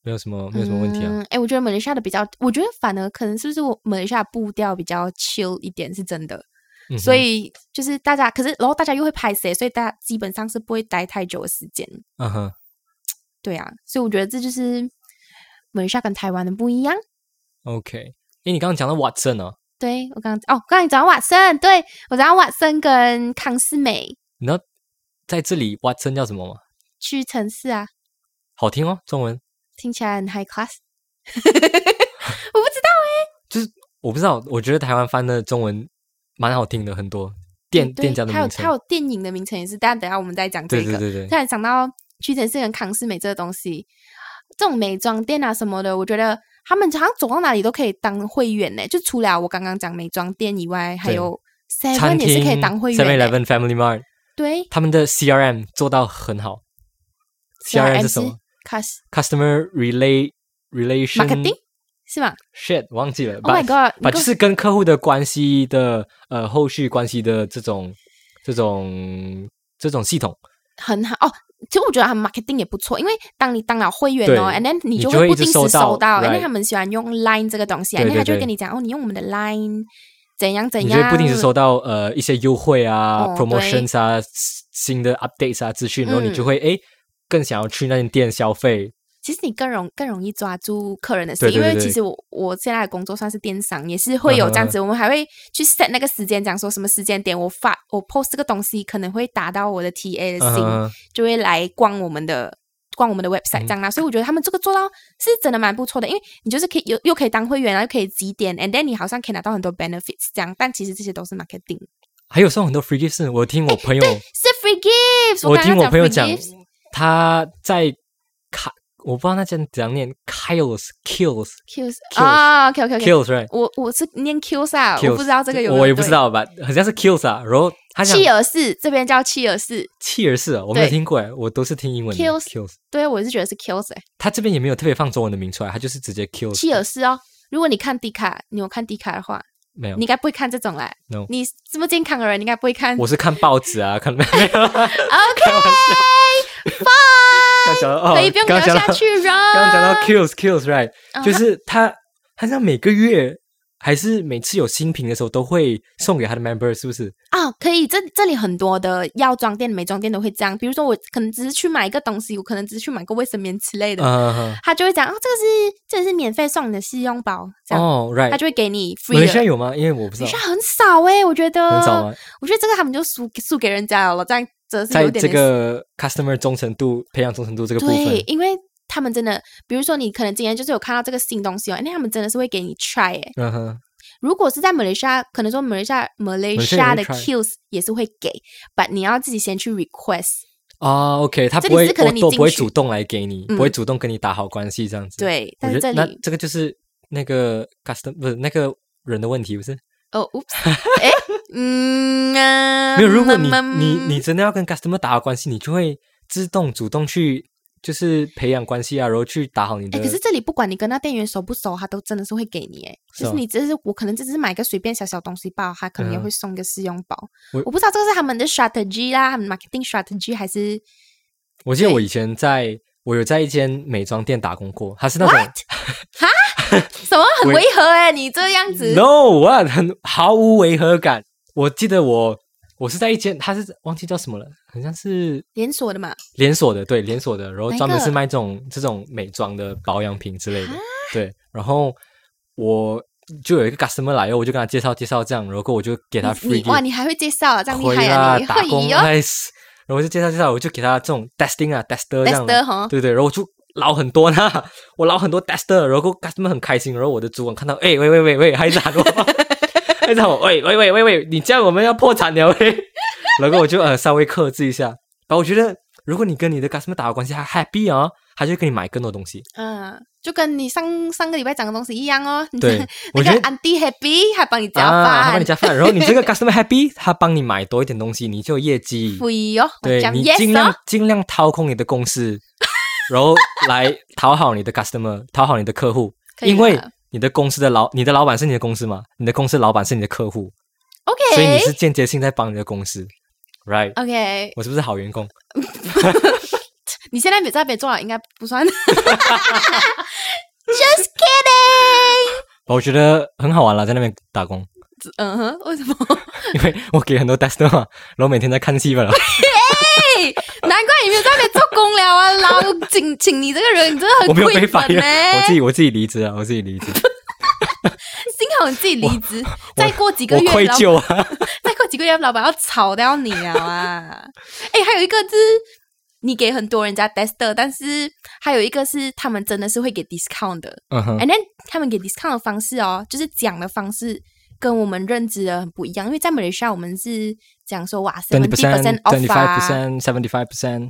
A: 没有什么没有什么问题啊。
B: 嗯，哎、我觉得马来西亚的比较，我觉得反而可能是不是我马来西亚步调比较 chill 一点是真的，
A: 嗯哼
B: 所以就是大家，可是然后大家又会拍谁，所以大家基本上是不会待太久的时间，
A: 嗯哼，
B: 对啊，所以我觉得这就是马来西亚跟台湾的不一样。
A: OK，因为你刚刚讲到 Watson 哦，
B: 对我刚刚哦，刚才讲到瓦森，对我讲到瓦森跟康斯美
A: 你知道在这里 Watson 叫什么吗？
B: 去城市啊，
A: 好听哦，中文
B: 听起来很 high class。我不知道，
A: 我不知道，我觉得台湾翻的中文蛮好听的，很多店
B: 对
A: 店家的
B: 还有
A: 名
B: 还有
A: 称，
B: 电影的名称也是，但等一下我们再讲这
A: 对
B: 个。
A: 对对对
B: 突，然想到屈臣氏跟康斯美这个东西，这种美妆店啊什么的，我觉得他们好像走到哪里都可以当会员呢。就除了我刚刚讲美妆店以外，还有 Seven
A: 餐
B: 也是
A: 厅
B: 可以当会
A: Seven
B: 员呢。
A: Eleven Family Mart
B: 对
A: 他们的 CRM 做到很好。
B: CRM
A: CRM 是什么？
B: Cus-
A: customer relate relation
B: marketing 是吗
A: shit 忘记了
B: ？Oh my
A: ，but
B: god！你
A: 把
B: 给
A: 就
B: 我
A: 是跟客户的关系的呃后续关系的这种这种这种系统，
B: 很好哦。其实我觉得他们 marketing 也不错，因为当你当了会员哦
A: 对
B: ，and then 你
A: 你
B: 就
A: 就会
B: 会不
A: 一直
B: 定时
A: 收到
B: 收到，因为
A: right
B: 他们喜欢用 Line 这个东西，
A: 对
B: and then
A: 对
B: 他就会
A: 对
B: 跟你讲哦，你用我们的 Line 怎样怎
A: 你就
B: 样，
A: 会不定时收到呃一些优惠啊、
B: 哦对
A: promotions 啊、新的 updates 啊资讯，然后你
B: 嗯
A: 就会诶更想要去那间店消费。
B: 其实你更容更容易抓住客人的心，
A: 对对对
B: 因为
A: 对
B: 其实我我现在的工作算是电商，也是会有这 样子，我们还会去 set 那个时间，讲说什么时间点我发我 post 这个东西可能会打到我的 TA 的心，
A: 嗯，
B: 就会来逛我们的逛我们的 website
A: 嗯
B: 这样啦。所以我觉得他们这个做到是真的蛮不错的，因为你就是可以又又可以当会员啊，又可以积点，and then 你好像可以拿到很多 benefits 这样，但其实这些都是 marketing，
A: 还有送很多 free gifts，我听我朋友。
B: 是 free gifts
A: 我
B: 刚刚
A: 听我朋友
B: free
A: 讲
B: gifts，
A: 他在卡，我不知道那间怎样念，Kills Kills
B: kills
A: Kills
B: 啊，OK OK OK。
A: Kills right？
B: 我我是念 Qs 啊，
A: Kills,
B: 我不知道这个有没有
A: 我也不
B: 对
A: 知道吧，好像是 Kills 啊。然后他讲
B: 契尔氏这边叫契尔氏，
A: 契尔是，我没有
B: 对
A: 听过哎，我都是听英文的
B: Kills
A: Kills。
B: 对啊我是觉得是 Kills 哎、
A: 他这边也没有特别放中文的名出来，他就是直接 Kills。
B: 契尔氏哦。如果你看迪卡，你有看迪卡的话，
A: 没有
B: 你应，该不会看这种啦。
A: No
B: 你这么健康的人，你应该不会看。
A: 我是看报纸啊，看没 有 啦开
B: OK，
A: 玩笑。刚讲到哦，
B: 可以不用
A: 刚
B: 聊
A: 刚讲到
B: 下去了。
A: 刚刚讲到 Kills Kills right，
B: 啊
A: 就是他好像每个月还是每次有新品的时候都会送给他的 member，是不是？
B: 啊，可以，这这里很多的药妆店、美妆店都会这样。比如说，我可能只是去买一个东西，我可能只是去买个卫生棉之类的，
A: 嗯，
B: 他就会讲哦，这个是这个是免费送你的试用包，这样、
A: 哦，right，
B: 他就会给你
A: 马
B: free
A: 来西亚
B: 的。
A: 有吗？因为我不知
B: 等一
A: 道
B: 下，很少哎、我觉得
A: 很少吗？
B: 我觉得这个他们就输输给人家了咯，这样则是
A: 在
B: 有点
A: 这
B: 点
A: 个 customer 忠诚度、培养忠诚度这个部
B: 对
A: 分，，
B: 因为他们真的，比如说你可能今天就是有看到这个新东西哦，那他们真的是会给你 try 哎。
A: 嗯哼，
B: 如果是在马来西亚，可能说马来西亚马来
A: 西
B: 西
A: 亚
B: 亚
A: 也
B: 的
A: 会 try
B: kills 也是会给，but 你要自己先去 request。
A: 啊，OK，他
B: 这
A: 不
B: 里
A: 会，
B: 是可能你
A: 我都不会
B: 进去
A: 主动来给你，
B: 嗯
A: 不会主动跟你打好关系这样子。，
B: 对，
A: 我
B: 但
A: 觉
B: 是
A: 得
B: 这
A: 那
B: 里
A: 这个就是那个 customer 不是那个人的问题，不是？
B: 哦，oops，哎，嗯，啊
A: 没有，如果你
B: 嗯
A: 你你真的要跟 customer 打好关系，你就会自动主动去就是培养关系啊，然后去打好你
B: 哎，
A: 的
B: 可。是这里不管你跟那店员熟不熟，他都真的是会给你哎，
A: 是
B: 就
A: 哦
B: 是你只是我可能只是买个随便小小东西包，他可能也
A: 嗯
B: 会送个试用包。
A: 我
B: 我不知道这个是他们的 strategy 啦，他们 marketing strategy 还 是
A: 我记得我以前在我有在一间美妆店打工过，它是那种。
B: 什么很
A: 我
B: 违和哎、你这样子
A: No，我很毫无违和感。我记得我我是在一间，它是忘记叫什么了，好像是
B: 连锁的嘛？
A: 连锁的，对连锁的，然后
B: 哪一
A: 专门
B: 个
A: 是卖这种这种美妆的保养品之类的，对。然后我就有一个 customer 来，我就跟他介绍介绍这样，然后我就给他
B: 你
A: free
B: 哇，
A: gift，
B: 你还会介绍啊？这样
A: 回
B: 厉害啊！
A: 啦
B: 你
A: 打工
B: 会哟
A: nice，然后我就介绍介绍，我就给他这种 testing 啊 tester 这样的
B: ，tester 哈，
A: 对对，然后我就捞很多呢， 我捞很多 tester，然后 customer 很开心，然后我的主管看到，哎、喂喂喂喂，还喊我， 还喊我，喂喂喂喂喂，你这样我们要破产了喂， 然后我就呃稍微克制一下，然后我觉得如果你跟你的 customer 打好关系，他 happy 啊、他就会给你买更多东 西，
B: 嗯，就跟你上上个礼拜讲的东西一样哦。你
A: 对我
B: 那
A: 觉
B: 个
A: 得
B: Andy Happy 还帮你加
A: 啊，他帮
B: 饭
A: 你，加饭，然后你这个 customer happy，他帮你买多一点东西，你就有业绩，
B: 会哟，我
A: 对
B: 讲
A: 你
B: yes
A: 尽
B: 哦
A: 量尽量掏空你的公司，然后来讨好你的 customer，讨好你的客户，
B: 可以
A: 因为
B: 啦
A: 你的公司的老你的老板是你的公司嘛，你的公司老板是你的客户，
B: ，OK，
A: 所以你是间接性在帮你的公司，right？
B: OK，
A: 我是不是好员工？
B: 你现在没在北做了，应该不算。Just kidding，
A: 我觉得很好玩啦，在那边打工，
B: 嗯哼，为什么？
A: 因为我给很多 tester 嘛，然后每天在看戏罢了。
B: 嘿，难怪你没有在那边做工了啊！老请请你这个人，你真的
A: 我
B: 很
A: 没有
B: 亏
A: 被
B: 本
A: 发
B: 呢、
A: 现，我自己我自己离职啊，我自己离职，
B: 幸好你自己离职，再过几个
A: 我
B: 月，
A: 愧
B: 老
A: 疚啊。
B: 再过几个月，老板要炒掉你了啊！ 哎、还有一个就是你给很多人家 tester，但是还有一个是他们真的是会给 discount 的、
A: 嗯哼
B: a，n d then 他们给 discount 的方式哦，就是讲的方式跟我们认知的很不一样，因为在马来西亚我们是讲说哇
A: t w e
B: seventy percent
A: twenty
B: off
A: five
B: 啊
A: percent seventy five percent，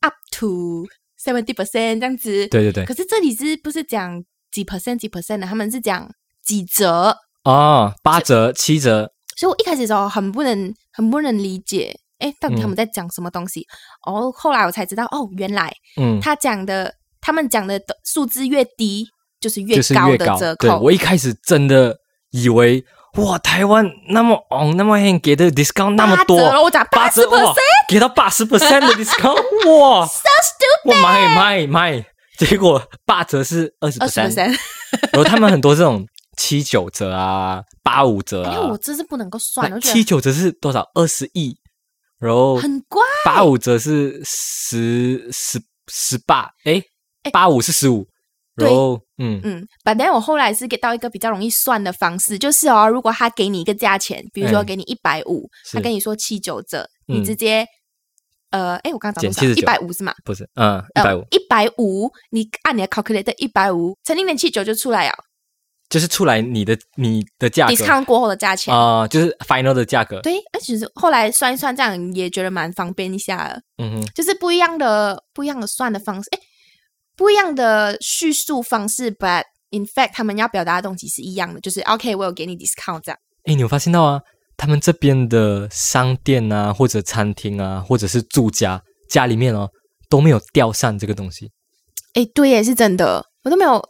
B: ，up to seventy percent 这样子，
A: 对对对
B: 可，是这里是不是讲几 percent 几 percent 啊的？他们是讲几折，
A: 哦，八折七折，
B: 所以我一开始的时候很不能很不能理解，
A: 嗯
B: 诶，到底他们在讲什么东西？哦，后来我才知道，哦，原来
A: 嗯，
B: 他讲的他们讲的都数字越低，就是越
A: 就是
B: 高
A: 越
B: 的
A: 高。
B: 折
A: 对
B: 扣。
A: 我一开始真的以为哇，台湾那么昂，那么 h 给的 discount 那么多，
B: 八折了我讲
A: 八折哇
B: 80%，
A: 给到八十 percent 的 discount，哇
B: stupid
A: 我买买买，结果八折是二十
B: 二十
A: percent，
B: percent，
A: 然后他们很多这种七九折啊、八五折
B: 因为哎我
A: 啊，
B: 真是不能够算，我觉
A: 七
B: 得
A: 九折是多少？二十亿，然后
B: 很怪。
A: 八五折是十十十八，哎
B: 诶，
A: 八五是十五，
B: 对
A: 然后嗯，
B: 嗯，反正我后来是给到一个比较容易算的方式，就是哦，如果他给你一个价钱，比如说
A: 嗯
B: 给你一百五，
A: 是
B: 他跟你说七九折，你
A: 嗯
B: 直接呃，哎，我刚刚讲多
A: 减
B: 少？
A: 79
B: 一百五是吗？呃
A: 不是，
B: 哦
A: 嗯，一百五，
B: 一百五，你按你的 calculator 一百五，乘零点七九就出来了
A: 就是出来你的你的价格
B: ，discount 过后的价钱。
A: 啊，就是 final 的价格，
B: 对，哎，其实后来算一算，这样也觉得蛮方便一下的，
A: 嗯哼，
B: 就是不一样的、不一样的算的方式，哎，不一样的叙述方式，but in fact 他们要表达的东西是一样的，就是 OK，我有给你 discount 这样。
A: 哎，你有发现到啊？他们这边的商店啊，或者餐厅啊，或者是住家家里面哦，都没有吊扇这个东西。
B: 哎，对耶，是真的，我都没有。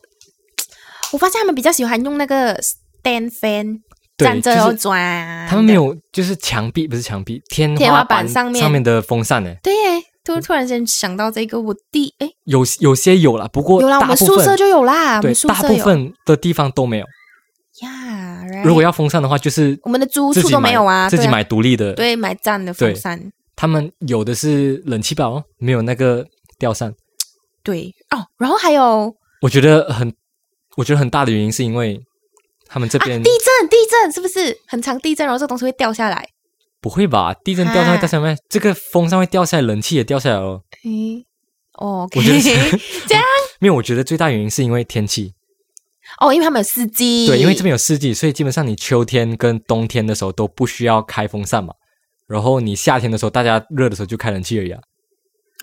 B: 我发现他们比较喜欢用那个 stand fan
A: 对
B: 站着
A: 就是
B: 要转，
A: 他们没。有，就是墙壁不是墙壁，天
B: 天花
A: 花
B: 板上面
A: 上面的风扇呢，
B: 对耶，突突然间想到这个，我第哎
A: 有有些有啦，不过
B: 有啦，我
A: 大
B: 们
A: 部
B: 宿舍
A: 分
B: 就有啦，我
A: 对
B: 们宿
A: 大
B: 舍
A: 部
B: 有。
A: 分的地方都没有。
B: 呀
A: 如果
B: 要
A: 要风扇的话，就是
B: 我们的租屋
A: 自
B: 处
A: 己
B: 都
A: 买
B: 没有啊
A: 自己
B: 对啊
A: 买独立的。，
B: 对买站的风
A: 对
B: 扇，
A: 他们有的是冷气宝，没有那个吊扇。
B: 对哦，然后还有
A: 我觉得很，我觉得很大的原因是因为他们这
B: 啊，
A: 边
B: 地震，地震是不是很常地震，然后这个东西会掉下来？
A: 不会吧？地震掉下
B: 啊
A: 来，掉下来，这个风扇会掉下来，冷气也掉下来哦。
B: 诶、哦
A: 我觉得
B: ，OK，
A: 是
B: 这样
A: 没有，我觉得最大原因是因为天气。
B: 哦，因为他们有四季，
A: 对，因为这边有四季，所以基本上你秋天跟冬天的时候都不需要开风扇嘛。然后你夏天的时候，大家热的时候就开冷气而已啊。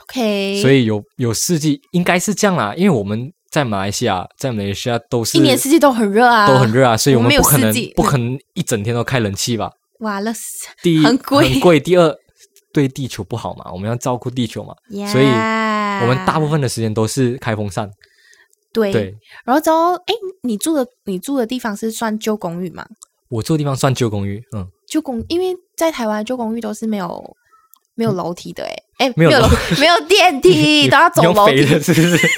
B: OK，
A: 所以有有四季应该是这样啦，因为我们在马来西亚，在马来西亚都是
B: 一年四季都很热啊，
A: 都很热啊，所以
B: 我们
A: 们
B: 没有
A: 不可能
B: 四季嗯
A: 不可能一整天都开冷气吧。
B: 哇，那
A: 第一
B: 很贵
A: 很贵，第二对地球不好嘛，我们要照顾地球嘛，所以
B: 我
A: 我们大部分的时间都是开风扇。
B: 对，
A: 对
B: 然后之后哎，你住的你住的地方是算旧公寓吗？
A: 我住的地方算旧公寓，嗯，
B: 旧公，因为在台湾旧公寓都是没有没有楼梯的、欸，哎、
A: 嗯没有
B: 楼
A: 楼
B: 没有电梯，都要走
A: 你用
B: 楼
A: 飞
B: 梯
A: 的是不是？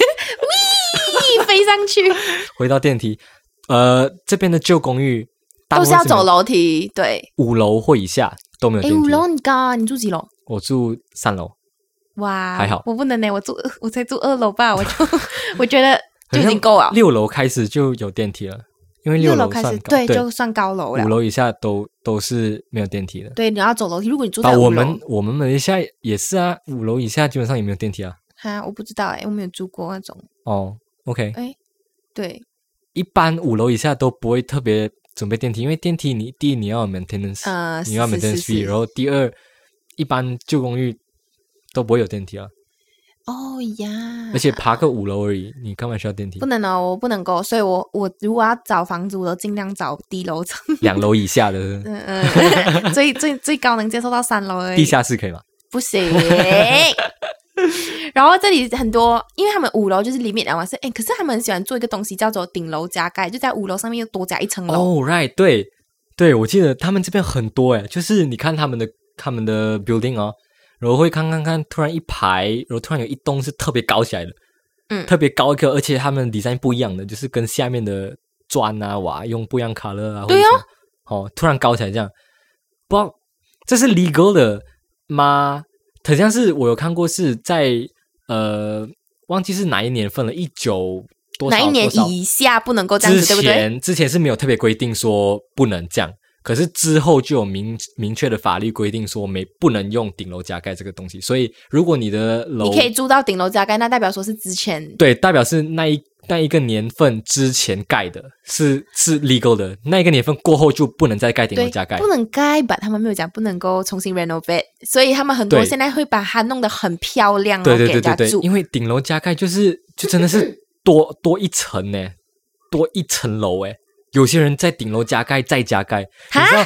B: 飞上去，
A: 回到电梯，呃，这边的旧公寓大
B: 都
A: 部
B: 是
A: 分
B: 要走
A: 没有，
B: 楼梯。对，
A: 五楼或以下都没有
B: 哎，
A: 电
B: 五
A: 梯。
B: 楼你高啊？你住几楼？
A: 我住三楼，
B: 哇，
A: 还好
B: 我不能呢、我住 我才住二楼吧，我就 我觉得就已经够了。
A: 六楼开始就有电梯了，因为
B: 哦六
A: 楼
B: 开
A: 算
B: 始，
A: 高对，
B: 就算高楼了
A: 五。楼以下都都是没有电梯的。
B: 对，你要走楼梯。如果你住
A: 啊，
B: 在
A: 我
B: 五楼，
A: 们我们马来西亚也是啊，五楼以下基本上也没有电梯啊。
B: 哈，我不知道哎、我没有住过那种。
A: 哦，OK，
B: 对，
A: 一般五楼以下都不会特别准备电梯，因为电梯你第一你要有 maintenance，、
B: 呃，
A: 你要
B: 是
A: maintenance
B: 是
A: fee，
B: 是是
A: 然后第二一般旧公寓都不会有电梯啊，
B: 哦呀，
A: 而且爬个五楼而已，你干嘛需要电梯
B: 不？能哦，我不能够，所以我我如果要找房子，我都尽量找低楼 层，
A: 两楼以下 的
B: 嗯嗯， 最最最高能接受到三楼而已，
A: 地下室可以吗？
B: 不行。 然后这里很多，因为他们五楼就是里面两晚是，哎，可是他们很喜欢做一个东西叫做顶楼加盖，就在五楼上面又多加一层楼。
A: 哦、r i g h t 对对，我记得他们这边很多诶，就是你看他们的他们的 building 哦，然后会看看看，突然一排，然后突然有一栋是特别高起来的，
B: 嗯
A: 特别高一个，而且他们 design 不一样的，就是跟下面的砖啊瓦用不一样 color 啊，或者
B: 对哦
A: 什么，哦，突然高起来这样，不知道这是 legal 的吗？好像是我有看过是在呃忘记是哪一年份了，一九多少
B: 哪一年
A: 多少
B: 以下不能够这样
A: 之
B: 子，对不对？
A: 前之前是没有特别规定说不能这样，可是之后就有明明确的法律规定说没不能用顶楼加盖这个东西。所以如果你的楼
B: 你可以住到顶楼加盖，那代表说是之前
A: 对，代表是那一那一个年份之前盖的，是是 legal 的，那一个年份过后就不能再盖顶楼
B: 对
A: 加盖
B: 不。能盖吧？他们没有讲不能够重新 renovate，所以他们很多
A: 对
B: 现在会把它弄得很漂亮，
A: 对
B: 然后
A: 对对
B: 给
A: 对
B: 人家
A: 对
B: 住，。
A: 因为顶楼加盖就是就真的是多多一层呢，多一层楼诶。有些人在顶楼加盖再加盖，你知道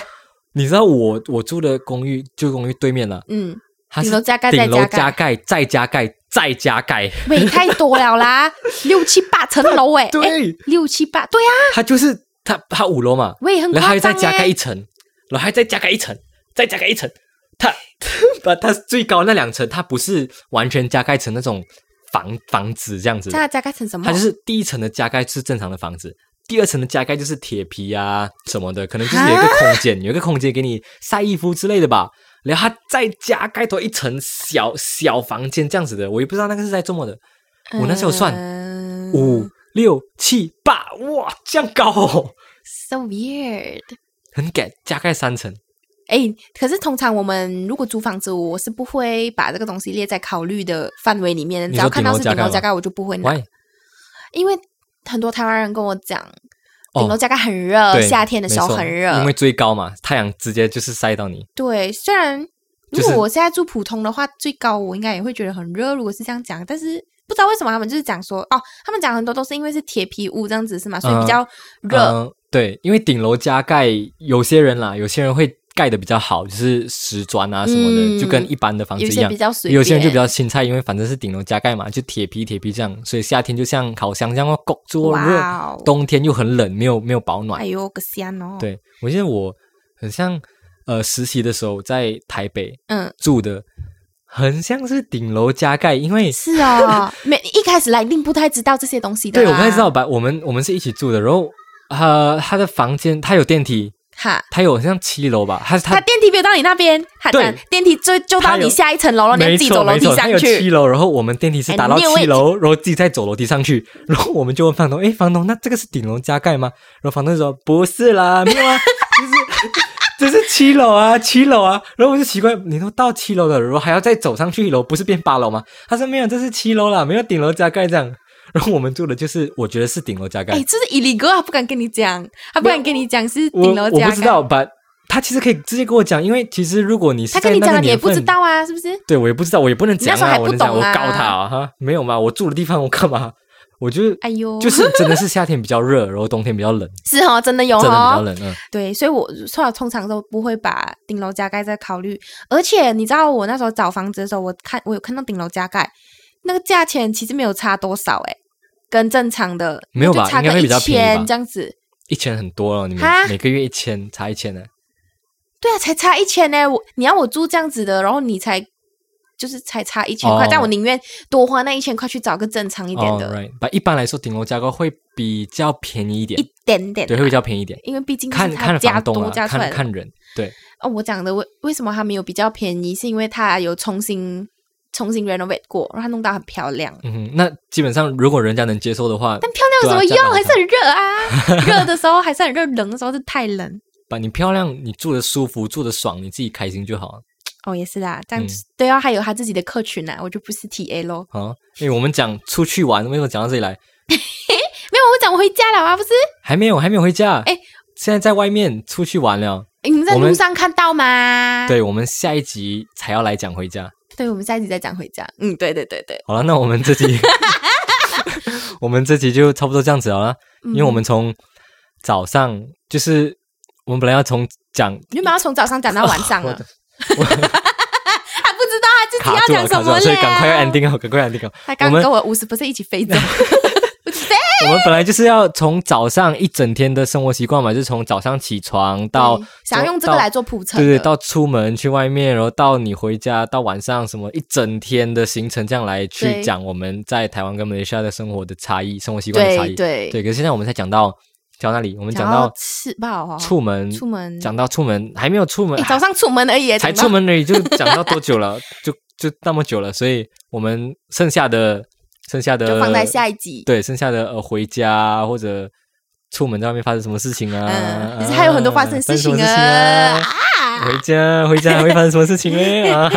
A: 你知道我我住的公寓旧公寓对面了、啊
B: 嗯，
A: 它是
B: 顶楼加盖再
A: 顶楼
B: 加
A: 加
B: 盖
A: 盖再加盖再加盖，
B: 没太多 了啦，六七八层楼哎，哎
A: 对，
B: 六七八，对啊，
A: 它就是它它五楼嘛，
B: 喂，很
A: 然后还
B: 夸
A: 再
B: 张
A: 加盖
B: 哎、
A: 一层，然后还再加盖一层，再加盖一层，它 把它最高那两层，它不是完全加盖成那种房房子这样子的，
B: 加加盖成什么？
A: 它就是第一层的加盖是正常的房子，第二层的加盖就是铁皮啊什么的，可能就是有一个空间，有一个空间给你晒衣服之类的吧。然后它再加盖多一层小小房间这样子的，我也不知道那个是在做么的。我那时候算
B: 嗯
A: 五六七八，哇，这样高哦，
B: ，so weird。
A: 很敢加盖三层。
B: 哎，可是通常我们如果租房子，我是不会把这个东西列在考虑的范围里面。
A: 你
B: 只
A: 说
B: 要看到是
A: 顶
B: 顶
A: 楼加盖吗
B: 楼加盖，我就不会拿，
A: 喂，
B: 因为很多台湾人跟我讲，
A: 哦
B: 顶楼加盖很热，
A: 对，
B: 呃夏天的时候
A: 没错
B: 很热，
A: 因为最高嘛，太阳直接就是晒到你。
B: 对，虽然如
A: 就是
B: 果我现在住普通的话，最高我应该也会觉得很热，如果是这样讲，但是。不知道为什么他们就是讲说哦，他们讲很多都是因为是铁皮屋这样子是吗？所以比较热。
A: 嗯对，因为顶楼加盖，有些人啦，有些人会盖的比较好，就是石砖啊什么的，
B: 嗯
A: 就跟一般的房子
B: 有
A: 一
B: 些
A: 样
B: 比。较随便，
A: 有些人就比较青菜，因为反正是顶楼加盖嘛，就铁皮铁皮这样，所以夏天就像烤箱这样焗住热，
B: 哇哦，
A: 冬天又很冷，没有没有保暖
B: 哎。呦个香哦，，
A: 对我记得我很像呃实习的时候在台北
B: 嗯，
A: 住的，很像是顶楼加盖，因为
B: 是哦，没一开始来一定不太知道这些东西的，啊
A: 对我不太知道，吧，我们我们是一起住的，然后呃他的房间他有电梯，
B: 哈。
A: 他有好像七楼吧，他他
B: 他电梯没有到你那边，他呃
A: 对
B: 电梯就就到
A: 它有
B: 你下一层楼了，你要
A: 没
B: 自己
A: 错
B: 走楼
A: 没
B: 梯
A: 错，他
B: 上
A: 有七
B: 去。哎
A: 楼，然后我们电梯是打到
B: I knew
A: 七
B: it
A: 楼，然后自己再走楼梯上去，然后我们就问 房东，诶，房东，那这个是顶楼加盖吗？然后房东就说不是啦，没有啊，就是 这是七楼啊，七楼啊。然后我就奇怪，你都到七楼了，然后还要再走上去一楼，不是变八楼吗？他说没有，这是七楼啦，没有顶楼加盖这样。然后我们住的就是，我觉得是顶楼加盖
B: 哎，，这是 illegal，他不敢跟你讲，他不敢跟你讲是
A: 我
B: 顶楼
A: 我
B: 加
A: 不
B: 盖
A: 知。道，把他其实可以直接跟我讲，因为其实如果你是
B: 他跟
A: 在
B: 你
A: 那
B: 讲
A: 个
B: 了，你也
A: 年
B: 不知
A: 份
B: 道啊，是不是？
A: 对我也不知道，我也不能讲
B: 你那时候
A: 啊，
B: 还
A: 我
B: 不
A: 能讲我
B: 懂啊
A: 告他啊哈，没有嘛，我住的地方我干嘛？我就是
B: 哎呦，
A: 就是真的是夏天比较热，然后冬天比较冷，
B: 是哦，真的有
A: 真的比较
B: 哦。
A: 冷，嗯，
B: 对，所以我说通常都不会把顶楼加盖在考虑。而且你知道，我那时候找房子的时候，我看我有看到顶楼加盖，那个价钱其实没有差多少诶，跟正常的
A: 没有吧
B: 就差
A: 应该
B: 个
A: 会比
B: 一
A: 较便宜吧
B: 千这样子。
A: 一千很多了，你们
B: 哈
A: 每个月一千差一千呢，
B: 对啊，才差一千呢。我你要我住这样子的，然后你才就是才差一千块，
A: 哦
B: 但我宁愿多花那一千块去找个正常一点
A: 哦
B: 的
A: ，right，把一般来说顶楼加高会比较便宜一点
B: 一，点点啊、
A: 对，会比较便宜一点，
B: 因为毕竟是
A: 看
B: 他
A: 看
B: 加
A: 房东
B: 多
A: 啊，
B: 加出
A: 看
B: 来的
A: 看人，对，
B: 哦，我讲的为为什么它没有比较便宜，是因为它有重新重新 renovate 过，然后它弄到很漂亮。
A: 嗯哼，那基本上如果人家能接受的话，
B: 但漂亮有什么
A: 对啊
B: 用？还
A: 这
B: 是很热 啊！热的时候还是很热，冷的时候是太冷。
A: 把你漂亮，你住的舒服，住的爽，你自己开心就好了。
B: 哦，也是啦，这样、
A: 嗯
B: 对啊，还有他自己的客群啊，我就不是 TA 咯。
A: 好，哎，我们讲出去玩，为什么讲到这里来？
B: 没有，我讲我回家了啊，不是？
A: 还没有，还没有回家。
B: 哎
A: 现在在外面出去玩了。
B: 诶你们在
A: 我们
B: 路上看到吗？，
A: 对，我们下一集才要来讲回家。
B: 对，我们下一集再讲回家。嗯，对对对对，
A: 好了，那我们这 集，我们这集就差不多这样子好了，
B: 嗯
A: 因为我们从早上就是我们本来要从讲
B: 嗯原本要从早上讲到晚上
A: 哦我
B: 了， 他不知道他自己
A: 卡
B: 要
A: 住了，卡
B: 讲什
A: 住
B: 么
A: 了，所以赶快要
B: 了
A: ending 哦，赶快 ending 哦。
B: 他
A: 我
B: 刚
A: 们
B: 跟我五十不是一起飞走。
A: 我们本来就是要从早上一整天的生活习惯嘛，就是从早上起床到
B: 对想要用这个
A: 到
B: 来做铺陈
A: 对
B: 的，
A: 对，到出门去外面，然后到你回家，到晚上什么一整天的行程，这样来去
B: 对
A: 讲我们在台湾跟马来西亚的生活的差异，生活习惯的差
B: 对
A: 异。
B: 对
A: 可是现在我们才讲到讲到哪里？我们
B: 想
A: 讲
B: 要
A: 到
B: 吃饱哦，
A: 出门，
B: 出门
A: 讲到出门，还没有出门，
B: 诶早上出门而已耶，
A: 才
B: 讲到
A: 出，门而已，就讲到多久 了？就就那么久了，所以我们剩下的剩下的
B: 就放在下一集。
A: 对剩下的呃回家或者。出门在外面发生什么事情啊？
B: 嗯其实还有很多发生的
A: 事
B: 事
A: 情
B: 情啊
A: 啊！
B: 啊！
A: 回家，回家会发生什么事情嘞？啊，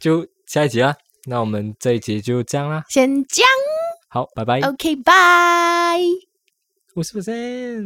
A: 就下一集啦。那我们这一集就这样啦。
B: 先这样
A: 哎好，拜拜。
B: ，OK，拜。
A: 我是不是？